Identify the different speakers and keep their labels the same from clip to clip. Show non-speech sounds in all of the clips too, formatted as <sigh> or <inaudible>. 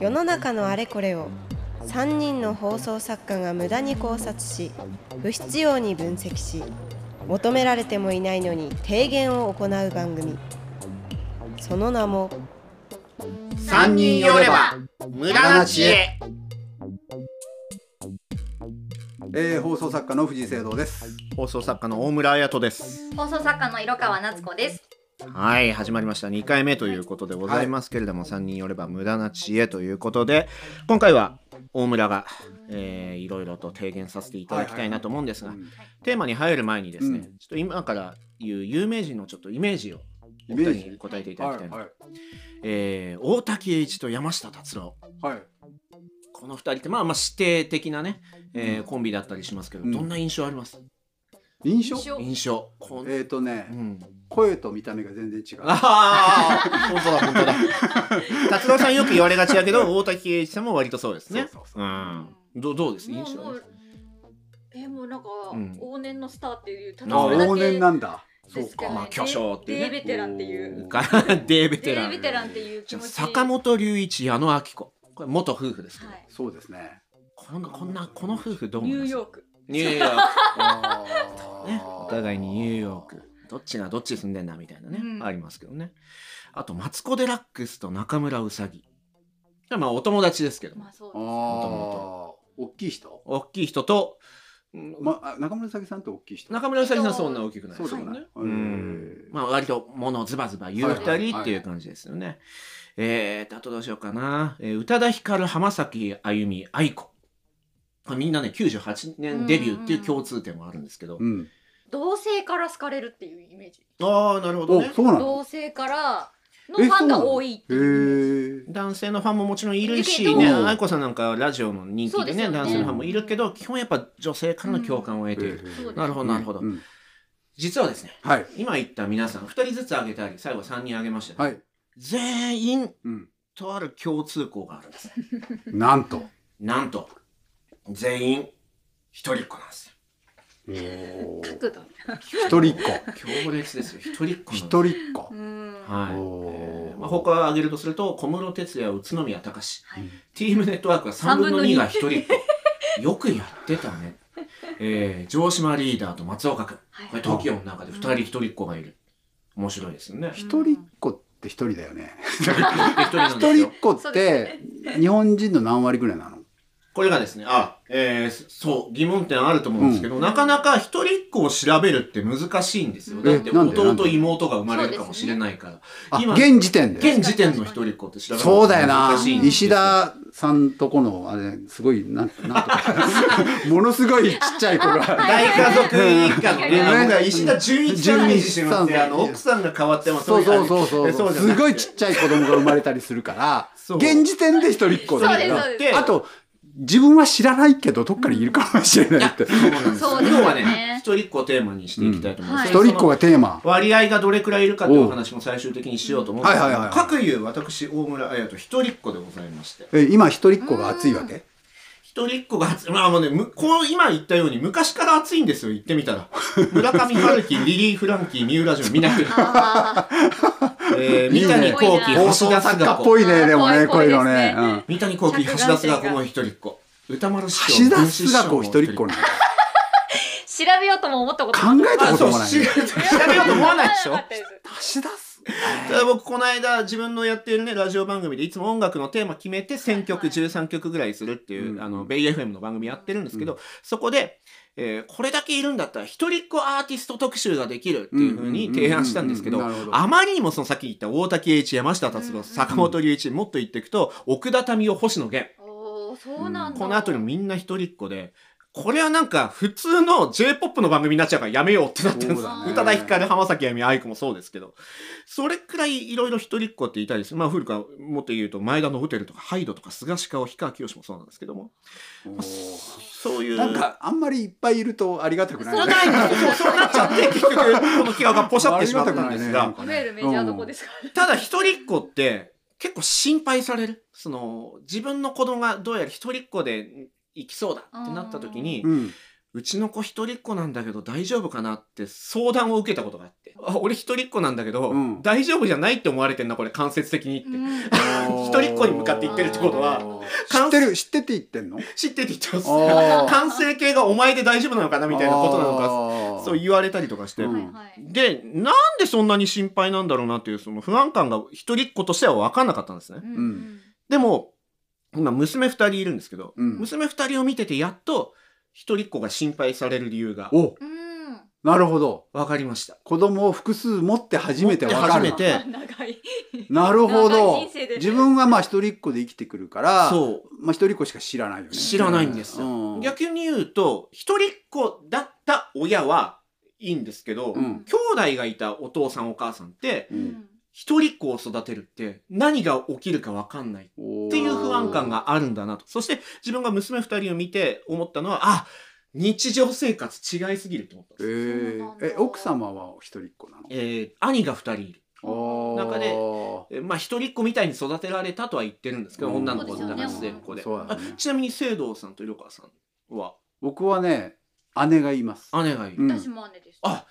Speaker 1: 世の中のあれこれを3人の放送作家が無駄に考察し不必要に分析し求められてもいないのに提言を行う番組その名も
Speaker 2: 三人寄れば無駄な知恵
Speaker 3: えー、放送作家の藤井聖堂です。
Speaker 2: 放送作家の大村彩人です
Speaker 4: 放送作家の色川夏子です。
Speaker 2: はい始まりました2回目ということでございますけれども、三人寄れば無駄な知恵ということで今回は大村が、えー、いろいろと提言させていただきたいなと思うんですが、
Speaker 3: うん
Speaker 2: テーマに入る前にですね、
Speaker 3: うん
Speaker 2: ちょっと今から言う有名人のちょっとイメージをお二
Speaker 3: イメ
Speaker 2: 人
Speaker 3: ー
Speaker 2: に
Speaker 3: ジ。
Speaker 2: 答えていただき
Speaker 3: は
Speaker 2: たい
Speaker 3: い
Speaker 2: な、
Speaker 3: はい
Speaker 2: えー大滝栄一と山下達郎
Speaker 3: はい。
Speaker 2: この二人ってまあまあ指定的なね、えーコンビだったりしますけど、
Speaker 3: うん
Speaker 2: どんな印象あります
Speaker 3: 印象？
Speaker 4: 印象
Speaker 2: 印象こん
Speaker 3: えっ、ー、と
Speaker 2: う
Speaker 3: ね、
Speaker 2: ん
Speaker 3: 声と見た目が全然違う。
Speaker 2: ああ、本当だ、本当だ。 <laughs> 達郎さんよく言われがちだけど、大滝栄一さんも割とそうですね。
Speaker 3: そうそう
Speaker 2: う
Speaker 3: そ
Speaker 2: ん。どどうです
Speaker 4: も
Speaker 2: 印
Speaker 4: うも
Speaker 2: 象
Speaker 4: うえもうなんか、
Speaker 2: うん
Speaker 4: 往年のスターっていうた
Speaker 2: あ
Speaker 3: あ、
Speaker 2: それだけ
Speaker 3: 往年なんだ。
Speaker 4: で
Speaker 3: そう
Speaker 4: すけ
Speaker 3: か。
Speaker 4: ど、ね、
Speaker 2: まあ巨匠っていうね
Speaker 4: デーベテランっていう
Speaker 2: かデーベ
Speaker 4: デ
Speaker 2: テラ
Speaker 4: ーベ
Speaker 2: ン。
Speaker 4: テランっていう気
Speaker 2: じゃ
Speaker 4: 持
Speaker 2: あ
Speaker 4: ち。
Speaker 2: 坂本龍一、矢野明子。これ元夫婦ですけど、
Speaker 4: はい。
Speaker 3: そうですね。
Speaker 2: こんなこんなこの夫婦どう
Speaker 4: ニ
Speaker 2: 思いま
Speaker 4: ュー
Speaker 2: す
Speaker 4: ヨーク。
Speaker 2: ニューヨーク。
Speaker 3: あー
Speaker 2: ね、お互いにニューヨーク。どっちがどっち住んでんだみたいなね、
Speaker 4: うん
Speaker 2: ありますけどね。あと、マツコ・デラックスと中村うさぎ。まあ、お友達ですけど、
Speaker 4: まあそう
Speaker 3: あ
Speaker 4: で
Speaker 3: あ、大きい人。
Speaker 2: 大きい人と、うん
Speaker 3: まあ、中村うさぎさんって大きい人。
Speaker 2: 中村うさぎさんはそんな大きくない
Speaker 3: そうでも
Speaker 2: よ
Speaker 3: ない
Speaker 2: ね。
Speaker 3: はい
Speaker 2: うんまあ割と物をズバズバ言う二人っていう感じですよね。えーと、あとどうしようかな。えー宇多田ヒカル、浜崎あゆみ、愛子。これみんなね、98年デビューっていう共通点もあるんですけど。
Speaker 3: うん。
Speaker 4: す。同性から好かれるっていうイメージ。
Speaker 2: ああ、なるほ
Speaker 3: お、そうなの。
Speaker 4: 同性からの
Speaker 3: え
Speaker 4: ファン
Speaker 3: そうな
Speaker 4: が
Speaker 3: の
Speaker 4: 多いって
Speaker 3: へ
Speaker 4: いうイメージ。
Speaker 3: え。
Speaker 2: 男性のファンももちろんいるし、
Speaker 4: いるけ
Speaker 2: ね、
Speaker 3: ど
Speaker 2: 愛子さんなんかはラジオの人気
Speaker 4: そう
Speaker 2: で
Speaker 4: です
Speaker 2: ね、
Speaker 4: よね
Speaker 2: 男性のファンもいるけど、基本やっぱ女性からの共感を得ている。
Speaker 4: そうです
Speaker 2: なるほど、なるほど。
Speaker 3: うん
Speaker 2: 実はですね、
Speaker 3: はい。
Speaker 2: 今言った皆さん、二人ずつ挙げたり、最後三人挙げましたよね、
Speaker 3: はい。
Speaker 2: 全員、
Speaker 3: うん。
Speaker 2: とある共通項があるんです。
Speaker 3: な
Speaker 2: <laughs>
Speaker 3: んと。
Speaker 2: なんと、全員、一人っ子なんですよ。
Speaker 3: おー
Speaker 4: 角度ね
Speaker 3: 一人っ子。
Speaker 2: 強烈ですよ、一人っ子なんです
Speaker 3: 一人っ子
Speaker 4: う。ん。
Speaker 2: はい。
Speaker 3: おー
Speaker 2: えーまあ、他を挙げるとすると、小室哲也、宇都宮隆。
Speaker 4: はい
Speaker 2: TM ネットワークは3分の2が一人っ子。よくやってたね。えー、城島リーダーと松岡君。
Speaker 4: はい
Speaker 2: これ、東京の中で二人一人っ子がいる。面白いですよね。 <laughs> 一
Speaker 3: 一人っ子って一人だよね。
Speaker 2: 人なんで
Speaker 3: 一
Speaker 2: す
Speaker 3: 人
Speaker 2: よ
Speaker 3: っ。子っ
Speaker 4: そう
Speaker 3: て日本人の何割ぐらいなの
Speaker 2: これがですね、あ、えー、そう、疑問点あると思うんですけど、なかなか一人っ子を調べるって難しいんですよ。だ
Speaker 3: え
Speaker 2: って
Speaker 3: なんでなんで
Speaker 2: 弟、妹が生まれるかもしれないから。
Speaker 3: あ
Speaker 2: 今
Speaker 3: 現時点で
Speaker 2: 現時点の一人っ子って調べるの
Speaker 3: そうだよな
Speaker 2: 難しいんです
Speaker 3: 石。田さんとこのあれすごいなんなんとか <laughs> ものすごいちっちゃい子
Speaker 2: <laughs>
Speaker 3: が
Speaker 2: 大家族一家のね、
Speaker 3: うん
Speaker 2: なんか石田純一さんにしてますね。
Speaker 3: うん
Speaker 2: あの、奥さんが変わってます
Speaker 3: そうそうそうそう
Speaker 2: そうじゃなくて
Speaker 3: すごいちっちゃい子供が生まれたりするから
Speaker 2: そう
Speaker 3: 現時点で一人っ子だけど
Speaker 4: そうですそう
Speaker 2: です
Speaker 3: あと自分は知らないけどどっかにいるかもしれないって
Speaker 2: そうなんです
Speaker 4: そう
Speaker 2: 今
Speaker 4: で
Speaker 2: 日
Speaker 4: すよね
Speaker 2: はね、一人っ子をテーマにしていきたいと思います。
Speaker 4: うん
Speaker 3: 一人っ子がテーマ
Speaker 2: 割合がどれくらいいるかというお話も最終的にしようと思うんですけ
Speaker 3: はいはい
Speaker 2: ど、
Speaker 3: はい
Speaker 2: 各言う私、大村彩と一人っ子でございまして。
Speaker 3: え今一人っ子が熱いわけ
Speaker 2: 一人っ子が熱い。 <laughs> まあもうね、むこう、今言ったように昔から熱いんですよ、言ってみたら。 <laughs> 村上春樹、リリー・フランキー、三浦淳、みんな一人。
Speaker 4: あ
Speaker 2: えー、
Speaker 3: いい
Speaker 2: 三谷
Speaker 3: ね
Speaker 2: 幸喜、
Speaker 3: 放
Speaker 2: 橋
Speaker 3: 送
Speaker 2: 田
Speaker 3: 作家
Speaker 2: 壽賀
Speaker 3: っ
Speaker 2: 子。
Speaker 3: ぽいねでもね
Speaker 4: あ
Speaker 3: こ
Speaker 4: ぽ
Speaker 3: う
Speaker 4: い
Speaker 3: いう
Speaker 4: ですね
Speaker 3: のねうん
Speaker 2: 三谷幸喜、橋田壽賀子も一人っ子。歌丸師匠、
Speaker 3: 橋田須賀子一人っ子
Speaker 2: 文
Speaker 3: なの
Speaker 4: ー調べようとも思ったこと
Speaker 3: 考えた
Speaker 2: 枝師匠
Speaker 3: こ
Speaker 2: も
Speaker 3: と
Speaker 2: 一人っ子。あ、
Speaker 3: もない
Speaker 2: そう、知ら調
Speaker 3: <laughs>
Speaker 2: べようと思わないで
Speaker 4: <laughs>
Speaker 2: しょ
Speaker 4: 思わかったです
Speaker 3: 橋田須
Speaker 2: ただ僕、この間、自分のやってるね、ラジオ番組でいつも音楽のテーマ決めて、選曲、13曲ぐらいするっていう、
Speaker 3: うん
Speaker 2: あの、ベイ FM の番組やってるんですけど、そこで、えーこれだけいるんだったら、一人っ子アーティスト特集ができるっていうふうに提案したんですけど
Speaker 3: うんうんうんうん、なるほ
Speaker 2: あまりにもそのさっき言った大滝栄一、山下達郎、坂本龍一、もっと言っていくと、奥田民生、星野源。
Speaker 4: おーそうなんだ。
Speaker 2: この後にもみんな一人っ子で、これはなんか普通の J-POP の番組になっちゃうからやめようってなってるんです
Speaker 3: そうだ。
Speaker 4: ね
Speaker 2: 宇多田ヒカル、浜崎あゆみ、愛子もそうですけど、それくらいいろいろ一人っ子って言いたいです。まあ古くはもっと言うと前田のホテルとかハイドとか菅氏顔、氷川きよしもそうなんですけども、そういう。
Speaker 3: なんかあんまりいっぱいいるとありがたくない
Speaker 2: そうないんですよ。そうそうなっちゃ
Speaker 3: <laughs>
Speaker 2: って、結局この企画がポシャってしまったんですが、
Speaker 4: いわゆるメジャーどこですか、
Speaker 2: ただ一人っ子って結構心配される。その自分の子供がどうやら一人っ子で行きそうだってなった時に、
Speaker 3: うん
Speaker 2: うちの子一人っ子なんだけど大丈夫かなって相談を受けたことがあってあ俺一人っ子なんだけど、
Speaker 3: うん
Speaker 2: 大丈夫じゃないって思われてんなこれ間接的にって、
Speaker 3: 一
Speaker 2: 一人っ子に向かって言ってるってことは
Speaker 3: 知ってる知ってて言ってんの
Speaker 2: 知ってて言ってます
Speaker 3: あー
Speaker 2: 完成形がお前で大丈夫なのかなみたいなことなのか
Speaker 3: あー
Speaker 2: そう言われたりとかして、
Speaker 3: うん
Speaker 4: はいはい
Speaker 2: でなんでそんなに心配なんだろうなっていうその不安感が一人っ子としては分かんなかったんですね
Speaker 4: う。ん
Speaker 3: うん
Speaker 2: でも今娘2人いるんですけど、
Speaker 3: うん
Speaker 2: 娘2人を見ててやっと一人っ子が心配される理由が
Speaker 3: お
Speaker 4: うんうん
Speaker 3: なるほど
Speaker 2: 分かりました。
Speaker 3: 子供を複数持って初めてわか
Speaker 2: 持
Speaker 3: る
Speaker 2: って初めて
Speaker 4: 長い
Speaker 3: なるほ
Speaker 4: 長
Speaker 3: ど
Speaker 4: い人生で
Speaker 3: 自分はまあ一人っ子で生きてくるから
Speaker 2: そ
Speaker 3: まあ一人っ子しか知らないよね
Speaker 2: う知らないんですよ、
Speaker 3: うん
Speaker 2: 逆に言うと一人っ子だった親はいいんですけど、
Speaker 3: うん
Speaker 2: 兄弟がいたお父さんお母さんって
Speaker 3: うん
Speaker 2: 一人っ子を育てるって何が起きるか分かんないっていう不安感があるんだなと。そして自分が娘二人を見て思ったのは、あ日常生活違いすぎると思ったん
Speaker 3: え
Speaker 2: です。
Speaker 4: そうなんだ
Speaker 3: え奥様はお一人っ子なの
Speaker 2: えー兄が二人いる。
Speaker 3: あー
Speaker 2: 中でえーまあ一人っ子みたいに育てられたとは言ってるんですけど、
Speaker 3: うん
Speaker 2: 女の子だから
Speaker 4: そうです
Speaker 2: 末
Speaker 4: よ
Speaker 2: っ
Speaker 4: ね
Speaker 2: 子で。
Speaker 3: そうだ
Speaker 2: あ
Speaker 3: ね
Speaker 2: ちなみに聖堂さんと色川さんは
Speaker 3: 僕はね姉がいます
Speaker 2: 姉がいる。
Speaker 3: うん
Speaker 4: 私も姉です。
Speaker 2: あ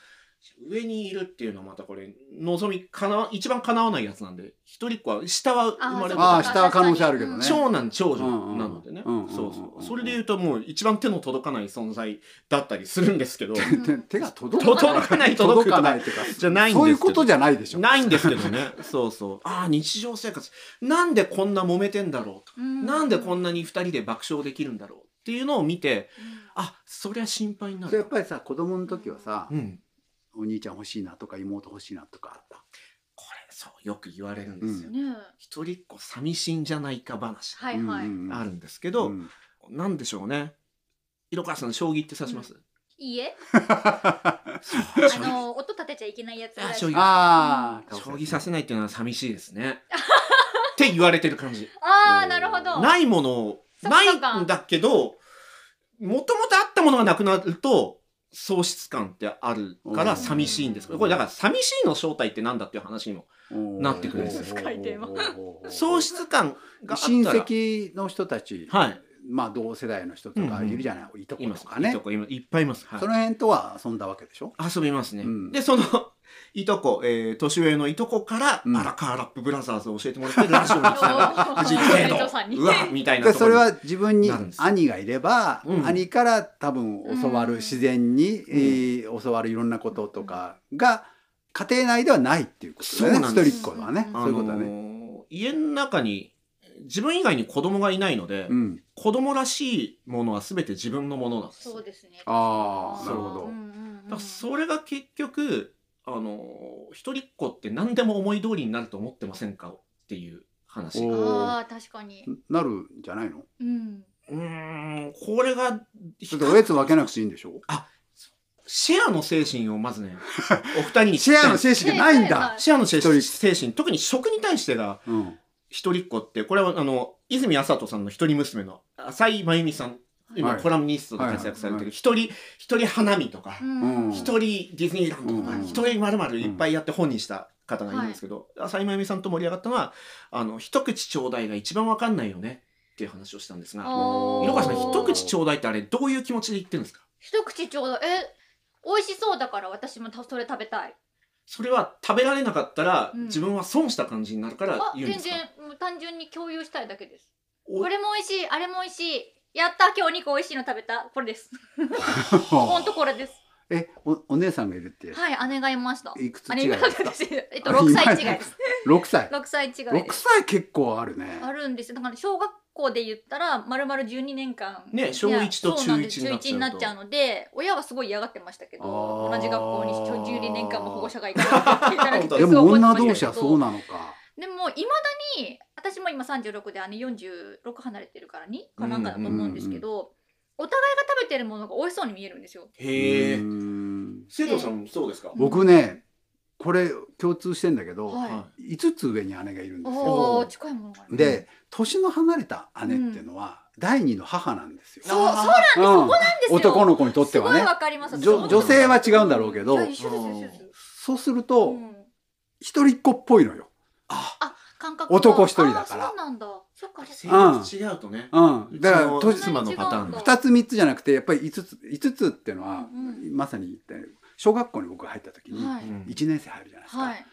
Speaker 2: 上にいるっていうのはまたこれ望みかな一番叶わないやつなんで一人っ子は下は生まれる
Speaker 4: そう
Speaker 2: こと
Speaker 4: か
Speaker 3: あー下は可能性あるけどね
Speaker 4: うん
Speaker 2: 長男長女なのでね、
Speaker 3: うんうんうん
Speaker 2: そう
Speaker 3: うんうん
Speaker 2: そううんそれで言うともう一番手の届かない存在だったりするんです
Speaker 3: <laughs>
Speaker 2: けど
Speaker 3: 手手が届
Speaker 2: 届かない届
Speaker 3: 届
Speaker 2: くと
Speaker 3: かな
Speaker 2: か
Speaker 3: いとか
Speaker 2: じゃないんですけど
Speaker 3: そういうことじゃないでしょ
Speaker 2: ないんですけどねそうそうああ日常生活なんでこんな揉めてんだろうとか、なんでこん
Speaker 4: な。
Speaker 2: なに2人で爆笑できるんだろうっていうのを見て
Speaker 4: うん
Speaker 2: あそりゃ心配にな
Speaker 3: それや
Speaker 2: る
Speaker 3: っぱりさ子供の時はさ、
Speaker 2: うん
Speaker 3: お兄ちゃん欲しいなとか妹欲しいなとかあった
Speaker 2: これそうよく言われるんですよ、
Speaker 4: ね
Speaker 2: 一人っ子寂しいんじゃないか話
Speaker 4: はいはい。
Speaker 2: あるんですけ
Speaker 3: け
Speaker 2: ど、なんでしょうね色川さん将棋って指します、
Speaker 4: いいえ、あの音立てちゃいけないやつぐらい
Speaker 2: あ将棋
Speaker 3: ああ
Speaker 2: 将棋指せないっていうのは寂しいです <laughs> ねって言われてる感じ
Speaker 4: ああ、なるほど。
Speaker 2: ないものを
Speaker 4: そっ
Speaker 2: な
Speaker 4: かそっか
Speaker 2: いんだけどもともとあったものがなくなると喪失感ってあるから寂しいんですけどこれだから寂しいの正体ってなんだっていう話にもなってくるんです
Speaker 4: よ深いテーマ
Speaker 2: 喪失感があったら
Speaker 3: 親戚の人たち、
Speaker 2: はい
Speaker 3: まあ同世代の人とかいるじゃない、いとこ
Speaker 2: いま
Speaker 3: と
Speaker 2: す
Speaker 3: か
Speaker 2: い
Speaker 3: ね
Speaker 2: とこいっぱいいます、はい
Speaker 3: その辺とは遊んだわけでしょ
Speaker 2: 遊びますね、
Speaker 3: うん
Speaker 2: でその <laughs> いとこ、えー年上のいとこから、
Speaker 3: うん
Speaker 2: アラカーラップブラザーズを教えてもらってラジオに来た
Speaker 3: <laughs>
Speaker 4: おー
Speaker 2: 藤井圭
Speaker 4: お父さんに
Speaker 2: のうわみたいな
Speaker 3: で
Speaker 2: と
Speaker 3: そ
Speaker 2: ころ
Speaker 3: れ
Speaker 2: に
Speaker 3: は自分に
Speaker 2: なるんです
Speaker 3: 兄がいれば、
Speaker 2: うん
Speaker 3: 兄から多分教わる
Speaker 4: うん
Speaker 3: 自然に、えー教わるいろんなこととかが家庭内ではないっていうことだよ
Speaker 2: そう
Speaker 3: ね
Speaker 2: なん
Speaker 3: 一
Speaker 2: です
Speaker 3: 人っ子はね、
Speaker 4: うん
Speaker 3: そういうことだ
Speaker 2: あ
Speaker 3: ね。
Speaker 2: のー家の中に自分以外に子供がいないので、
Speaker 3: うん、
Speaker 2: 子供らしいものは全て自分のものなんです
Speaker 4: そうですね。
Speaker 3: ああなるほ
Speaker 4: う
Speaker 3: ど
Speaker 4: んうんうん
Speaker 2: だからそれが結局あのー一人っ子って何でも思い通りになると思ってませんかっていう話
Speaker 3: おー
Speaker 4: ああ、確かに。
Speaker 3: なるんじゃないの
Speaker 4: うん。
Speaker 2: うーんこれが
Speaker 3: ちょっとおやつ分けなくていいんでしょ
Speaker 2: シェアの精神をまず
Speaker 3: <laughs>
Speaker 2: ねお二人に
Speaker 3: シェアの精神がないん
Speaker 4: は
Speaker 3: だ、
Speaker 4: い
Speaker 2: シェアの精神
Speaker 3: 一
Speaker 2: 精神特に食に対してが
Speaker 3: うん、
Speaker 2: 一人っ子ってこれはあの泉麻人さんの一人娘の浅井真由美さん今、
Speaker 3: はい
Speaker 2: コラムニストで活躍されてる一、人一人花見とか
Speaker 4: うん
Speaker 2: 一、人ディズニーランドとか
Speaker 4: うん
Speaker 2: 一、人まるまるいっぱいやって本にした方がいるんですけど、浅井真由美さんと盛り上がったのはあの一口ちょうだいが一番わかんないよねっていう話をしたんですが
Speaker 4: おー
Speaker 2: 色川さん一口ちょうだいってあれどういう気持ちで言ってるんですか
Speaker 4: 一口ちょうだい。え、美味しそうだから私もたそれ食べたい。
Speaker 2: それは食べられなかったら、
Speaker 4: うん
Speaker 2: 自分は損した感じになるから
Speaker 4: あ、
Speaker 2: 言うんで
Speaker 4: 全
Speaker 2: すか
Speaker 4: 然もう単純に共有したいだけです。
Speaker 2: お
Speaker 4: これも美味しい、あれも美味しい。やった、今日お肉美味しいの食べた。これです。本当これです。
Speaker 3: えおお姉さんがいるって
Speaker 4: はい、姉がいました。
Speaker 3: いくつ
Speaker 4: 姉
Speaker 3: 違い
Speaker 4: が
Speaker 3: で
Speaker 4: い
Speaker 3: すか
Speaker 4: 私 <laughs> えっと六歳違
Speaker 3: <laughs>
Speaker 4: いです。
Speaker 3: 6歳
Speaker 4: 六歳違いです。
Speaker 3: 6歳結構あるね
Speaker 4: あるんですよだから小学校で言ったらまるまる12年間
Speaker 2: ね小一と中一になっちゃうと
Speaker 4: になっちゃうので親はすごい嫌がってましたけど
Speaker 3: あー
Speaker 4: 同じ学校に12年間も保護者がいたからって言われて
Speaker 2: 本
Speaker 3: で
Speaker 2: 当
Speaker 3: も女同士はそう
Speaker 4: な
Speaker 3: なのか
Speaker 4: でもいまだに私も今36で姉46離れてるから2かなんかだと思うんですけど、お互いが食べてるものが美味しそうに見えるんですよ
Speaker 2: へえ
Speaker 3: うーん
Speaker 2: 生徒さんもそうですか、
Speaker 3: 僕ねこれ共通してんだけど、
Speaker 4: はい
Speaker 2: は
Speaker 3: 5つ上に姉がいるんですよ。
Speaker 4: お
Speaker 2: お
Speaker 4: ー近いものがある
Speaker 3: で年の離れた姉っていうのは、第二の母なんですよ。
Speaker 4: そうそう
Speaker 2: あー
Speaker 4: なんです
Speaker 3: うん
Speaker 4: ですよ
Speaker 3: 男の子にとって
Speaker 4: す
Speaker 3: は
Speaker 4: ごい
Speaker 3: ね
Speaker 4: わかります
Speaker 3: 女女性は違うんだろうけど
Speaker 4: いや一緒です一緒です
Speaker 3: そうすると、
Speaker 4: うん
Speaker 3: 一人っ子っぽいのよ。
Speaker 4: あ、感覚が
Speaker 3: 男一人だから
Speaker 4: あそうなんだ。そっかあれ
Speaker 2: 性格違うとね。
Speaker 3: うん。だから、
Speaker 2: う
Speaker 3: と
Speaker 2: ち妻のパターンだ。
Speaker 3: 二つ三つじゃなくて、やっぱり五つ、五つっていうのは、
Speaker 4: うん
Speaker 3: まさに言ったように小学校に僕が入った時に、
Speaker 4: はい
Speaker 2: うん
Speaker 3: 一年生入るじゃないですか。
Speaker 4: はい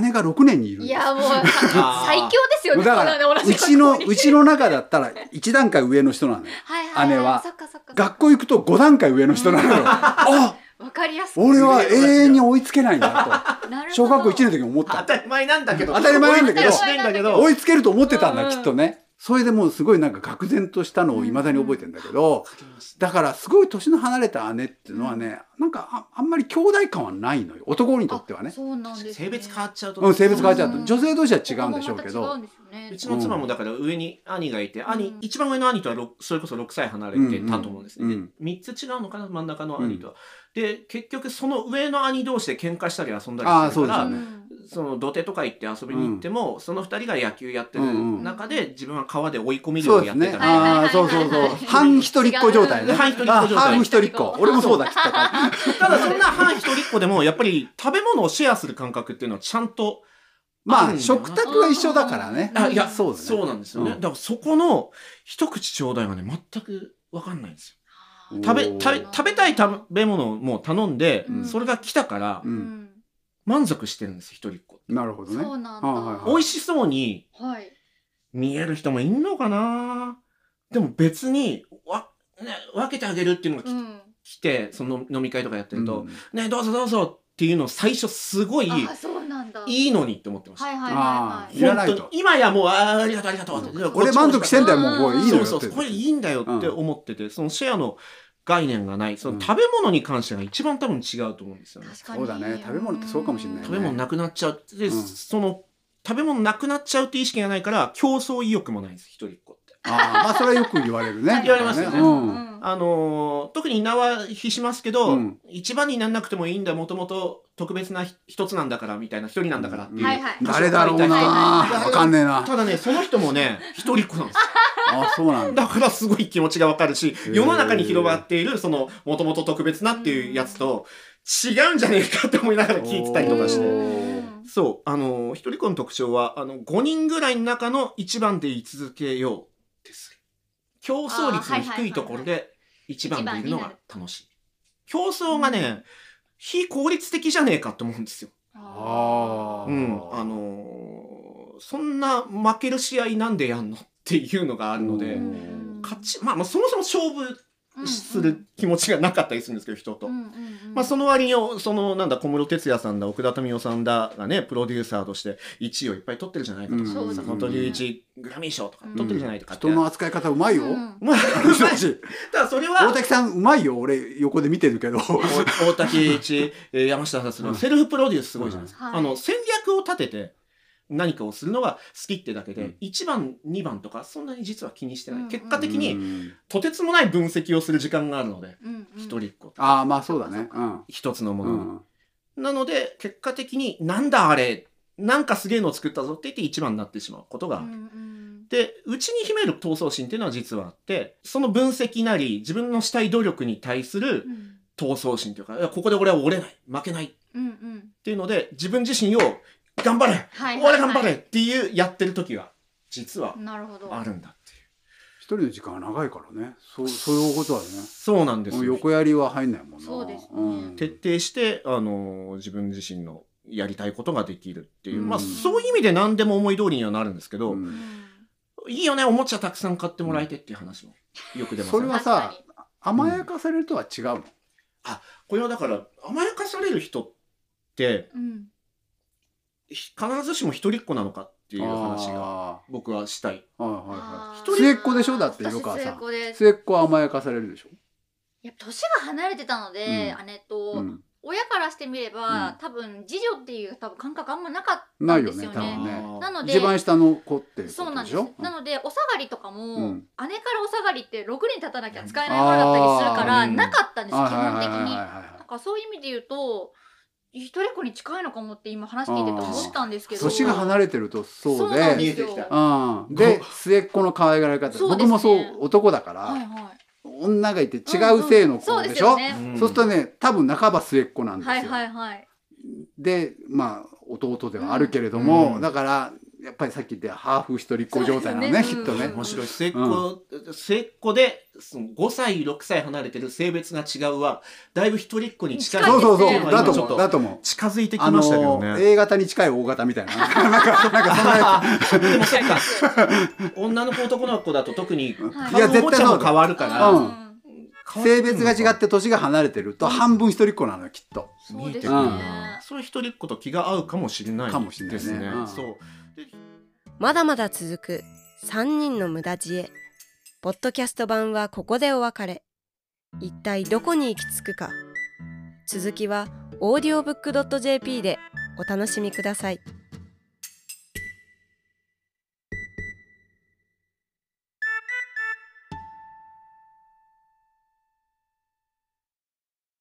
Speaker 3: 姉が六年にいるん
Speaker 4: い
Speaker 3: ですよ
Speaker 4: やもうさ
Speaker 2: あー
Speaker 4: 最強ですよね
Speaker 3: だから、
Speaker 4: こんなね同じ
Speaker 3: うちの、
Speaker 4: <laughs> 学校に
Speaker 3: うちの中だったら、一段階上の人なのよ。
Speaker 4: はいはいい
Speaker 3: 姉は
Speaker 4: そっかそっか
Speaker 3: 学校行くと五段階上の人なのよ。あ、
Speaker 4: わかりやすい
Speaker 3: 俺は永遠に追いつけないんだ
Speaker 4: なる
Speaker 3: と。
Speaker 4: ほど
Speaker 3: 小学校一年の時に思った
Speaker 2: 当
Speaker 3: の。
Speaker 2: たり前なんだけど。
Speaker 3: 当たり前なんだけ
Speaker 2: 追
Speaker 3: ど
Speaker 2: いつけないんだけど
Speaker 3: 追いつけると思ってたん
Speaker 4: う
Speaker 3: だ、
Speaker 4: んうん
Speaker 3: きっとね。それでもうすごいなんか愕然としたのを未だに覚えてんだけど、
Speaker 2: 書きます
Speaker 3: だからすごい年の離れた姉っていうのはね、なんかああんまり兄弟感はないのよ。男にとってはね。
Speaker 4: そうなんです、ね、
Speaker 2: 性別変わっちゃうと。
Speaker 3: うん、性別変わっちゃう
Speaker 4: う
Speaker 3: と。
Speaker 4: ん
Speaker 3: 女性同士は違うんでしょうけ
Speaker 4: ここ
Speaker 3: ど。
Speaker 4: もまた違うんですよね
Speaker 2: うちの妻もだから上に兄がいて、
Speaker 4: う
Speaker 2: 兄
Speaker 4: ん
Speaker 2: 一番上の兄とはろくそれこそ6歳離れてたと思うんです
Speaker 3: うんう
Speaker 2: ね、
Speaker 3: ん
Speaker 2: で3つ違うのかな真ん中の兄とは、で結局その上の兄同士で喧嘩したり遊んだ
Speaker 3: ああ、
Speaker 2: りす
Speaker 3: そう
Speaker 2: るか
Speaker 3: です
Speaker 2: ら
Speaker 3: よね。
Speaker 2: その土手とか行って遊びに行っても、その2人が野球やってる中で、自分は川で追い込み漁
Speaker 3: そ
Speaker 2: を
Speaker 3: うで
Speaker 2: や
Speaker 3: す
Speaker 2: って
Speaker 3: ね
Speaker 2: た。
Speaker 4: はいはい
Speaker 3: ああ、そうそ
Speaker 2: <laughs>
Speaker 3: うそう。半一人っ子状態ね。
Speaker 2: 半一人っ子状態
Speaker 3: あ半一人っ子。俺もそうだ、きっと。
Speaker 2: ただそんな半一人っ子でもやっぱり食べ物をシェアする感覚っていうのはちゃんと
Speaker 3: まあ、食卓は一緒だからね。
Speaker 2: あいや
Speaker 3: そうですね
Speaker 2: そうなんですよね、
Speaker 3: うん
Speaker 2: だからそこの一口ちょうだいがね全く分かんないんですよ
Speaker 3: お
Speaker 2: 食
Speaker 3: ー
Speaker 2: べ食べ食べたい食べ物をもう頼んで、
Speaker 3: うん
Speaker 2: それが来たから
Speaker 3: う。
Speaker 4: うんん
Speaker 2: 満足してるんです一人っ子
Speaker 3: なるほどね。
Speaker 4: そうなんだ
Speaker 3: はいはいはい
Speaker 2: 美味しそうに
Speaker 4: はい
Speaker 2: 見える人もいんのかなでも別にわ、ね、分けてあげるっていうのがき、
Speaker 4: うん
Speaker 2: 来てその飲み会とかやってると
Speaker 3: うん
Speaker 2: 「ねどうぞどうぞ」っていうのを最初すごい
Speaker 4: あそうなんだ
Speaker 2: いいのにって思ってました。
Speaker 4: はいはい
Speaker 3: あ
Speaker 4: は
Speaker 3: あ
Speaker 4: い
Speaker 3: いらない
Speaker 2: 本
Speaker 3: と
Speaker 2: 当に今やもうあーありがとうありがとうって
Speaker 3: うん俺満足してんだよ、もう。もういいのよ
Speaker 2: そうそう
Speaker 3: って
Speaker 2: これいいんだよって思ってて、そのシェアの概念がないその食べ物に関してが一番多分違うと思うんですよね
Speaker 4: はい。確かに
Speaker 3: そうだね食べ物ってそうかもしれないね
Speaker 2: 食べ物なくなっちゃうで、
Speaker 3: うん
Speaker 2: その食べ物なくなっちゃうって意識がないから競争意欲もないんです一人っ子って。
Speaker 3: ああ、まあ、それはよく言われるね。
Speaker 2: 言われますよね
Speaker 3: うん。
Speaker 2: あのー特に名は比しますけど、
Speaker 3: うん
Speaker 2: 一番になんなくてもいいんだもともと特別なひ一つなんだからみたいな一人なんだからっていう、
Speaker 4: はいはい
Speaker 3: 誰だろうなわかんね
Speaker 2: <laughs>
Speaker 3: えな。
Speaker 2: ただねその人もね一人っ子なんですよ
Speaker 3: あそうなん
Speaker 2: だ
Speaker 3: だ。
Speaker 2: からすごい気持ちがわかるし
Speaker 3: ー、
Speaker 2: 世の中に広がっている、その、もともと特別なっていうやつと、違うんじゃねえかって思いながら聞いてたりとかし
Speaker 3: お
Speaker 2: て。
Speaker 4: うん
Speaker 2: そう、あの、一人っ子の特徴は、あの、5人ぐらいの中の1番で居続けようです。競争率の低いところで1番でいるのが楽しい。競争がね、非効率的じゃねえかって思うんですよ。
Speaker 3: あー
Speaker 2: うん。あのーそんな負ける試合なんでやんのっていうのがあるので
Speaker 4: う、
Speaker 3: うん
Speaker 4: ん
Speaker 2: 勝ち、まあ、まあそもそも勝負する気持ちがなかったりするんですけど人と。
Speaker 4: うんうんうん
Speaker 2: まあ、その割にそのなんだ小室哲哉さんだ奥田民生さんだがねプロデューサーとして1位をいっぱい取ってるじゃないかとか、
Speaker 3: うん
Speaker 4: そうですね
Speaker 2: 坂本龍一グラミー賞とか
Speaker 4: うん
Speaker 2: 取ってるじゃないとかって、
Speaker 3: 人の扱い方うまいよ。
Speaker 4: うん
Speaker 2: まあ
Speaker 3: 人たち
Speaker 2: ただそれ
Speaker 3: 大
Speaker 2: は
Speaker 3: 滝さんうまいよ。俺横で見てるけど。
Speaker 2: お大滝一えー山下達郎セルフプロデュースすごいじゃないですか、
Speaker 4: はい
Speaker 2: あの戦略を立てて何かをするのが好きってだけで、
Speaker 3: うん
Speaker 2: 1番2番とかそんなに実は気にしてない、
Speaker 4: うん
Speaker 2: 結果的に
Speaker 3: うん
Speaker 2: とてつもない分析をする時間があるので
Speaker 4: うんうん
Speaker 2: 一人っ子って
Speaker 3: ああ、まあそうだね。うん。
Speaker 2: 一つのも
Speaker 3: う
Speaker 2: のに。
Speaker 3: ん。
Speaker 2: なので、結果的に、なんだあれ、なんかすげえの作ったぞって言って一番になってしまうことがあ
Speaker 4: う
Speaker 2: る。
Speaker 4: んうん
Speaker 2: で、うちに秘める闘争心っていうのは実はあって、その分析なり、自分のしたい努力に対する
Speaker 4: うん
Speaker 2: 闘争心というか、いやここで俺は折れない、負けないっ
Speaker 4: うんうん
Speaker 2: ていうので、自分自身を、頑張れ
Speaker 4: はいはいは
Speaker 2: 俺
Speaker 4: い
Speaker 2: 頑張れっていうやってる時は、実は
Speaker 4: なるほど
Speaker 2: あるんだっていう。
Speaker 3: 一人の時間は長いからね。そう、そういうことだね。
Speaker 2: そうなんです
Speaker 3: もう
Speaker 2: よ。
Speaker 3: 横やりは入んないもんな。
Speaker 4: そうですね
Speaker 3: ん
Speaker 2: 徹底して、あのー自分自身のやりたいことができるっていう、
Speaker 3: うん
Speaker 2: まあそういう意味で何でも思い通りにはなるんですけど、
Speaker 3: うん
Speaker 4: うん
Speaker 2: いいよね、おもちゃたくさん買ってもらえてっていう話もよく出ます、ね。
Speaker 3: それはさ
Speaker 4: 確か
Speaker 3: 甘やかされるとは違うの。
Speaker 2: これはだから、甘やかされる人って、
Speaker 4: にうん
Speaker 2: ひ必ずしも一人っ子なのかっていう話が僕はしたい。
Speaker 3: あー。はいはいはい。
Speaker 4: あー
Speaker 2: 一人
Speaker 3: 末っ子でしょだって
Speaker 4: 私
Speaker 3: 色川さん
Speaker 4: 末っ子です
Speaker 3: 末っ子は甘やかされるでしょ。
Speaker 4: いや年が離れてたので、姉と、
Speaker 3: うん。
Speaker 4: 親からしてみれば、
Speaker 3: うん
Speaker 4: 多分次女っていう多分感覚あんまなかった
Speaker 3: なんいよ
Speaker 4: です
Speaker 3: ね、
Speaker 4: よ
Speaker 3: 多分
Speaker 4: ね。
Speaker 3: ね。
Speaker 2: あー
Speaker 4: なので
Speaker 3: 一番下の子ってこと
Speaker 4: そうなん
Speaker 3: で
Speaker 4: で
Speaker 3: し
Speaker 4: す
Speaker 3: ょ。
Speaker 4: なのでお下がりとかも、
Speaker 3: うん
Speaker 4: 姉からお下がりって6年経たなきゃ使えないものだったりするか
Speaker 2: あ
Speaker 4: ら
Speaker 2: ーうん
Speaker 4: なかったんです基
Speaker 3: あはいはい
Speaker 4: 本
Speaker 3: は
Speaker 4: 的
Speaker 3: いはい
Speaker 4: に。
Speaker 3: はい
Speaker 4: なんかそういう意味で言うと一人っ子に近いのかもって今話聞いてて思ったんですけど
Speaker 3: 年が離れてるとそう
Speaker 4: そうなん
Speaker 3: で
Speaker 2: 見
Speaker 4: です
Speaker 2: えてきた
Speaker 3: うん、で
Speaker 2: ご
Speaker 3: 末っ子の可愛がられ方、
Speaker 4: そうですね
Speaker 3: 僕もそう男だから、
Speaker 4: はいはい
Speaker 3: 女がいて違う性の
Speaker 4: う
Speaker 3: 子
Speaker 4: んうんそう
Speaker 3: で
Speaker 4: で
Speaker 3: し
Speaker 4: す
Speaker 3: ょ、そう
Speaker 4: よね、
Speaker 2: ん
Speaker 3: するとね多分半ば末っ子なんですよ、
Speaker 4: はいはいはい
Speaker 3: でまあ弟ではあるけれども、
Speaker 2: うん
Speaker 3: だからやっぱりさっき言ったハーフ一人っ子状態なのねき
Speaker 4: そ
Speaker 3: っ
Speaker 4: うです
Speaker 3: と
Speaker 4: ね
Speaker 3: ね。
Speaker 2: 面白い末っ子、末っ子でその5歳6歳離れてる性別が違うはだいぶ一人っ子に近い
Speaker 3: そうそう
Speaker 2: ってい
Speaker 3: そう
Speaker 2: の
Speaker 3: だ
Speaker 2: が
Speaker 3: と
Speaker 2: 今ちょっ
Speaker 3: 思うだと思う。
Speaker 2: 近づいてき
Speaker 3: あ
Speaker 2: ましたけど
Speaker 3: の
Speaker 2: ね、
Speaker 3: A 型に近い O 型
Speaker 2: <laughs>
Speaker 3: みたいななんかなんかそんなや
Speaker 2: でもそっか女の子男の子だと特に
Speaker 4: はい
Speaker 3: いや
Speaker 2: 顔のおもちゃも変わるか
Speaker 3: う
Speaker 2: ら
Speaker 3: んつ性別が違って年が離れてると半分一人っ子なのよきっと。
Speaker 4: そうです
Speaker 3: う
Speaker 4: ね
Speaker 3: ん
Speaker 2: そういう一人っ子と気が合うかもしれない
Speaker 3: かもしれない
Speaker 2: です
Speaker 3: ね
Speaker 2: ね
Speaker 3: うん
Speaker 2: そうで
Speaker 1: まだまだ続く3人の無駄知恵ポッドキャスト版はここでお別れ一体どこに行き着くか続きは audiobook.jp でお楽しみください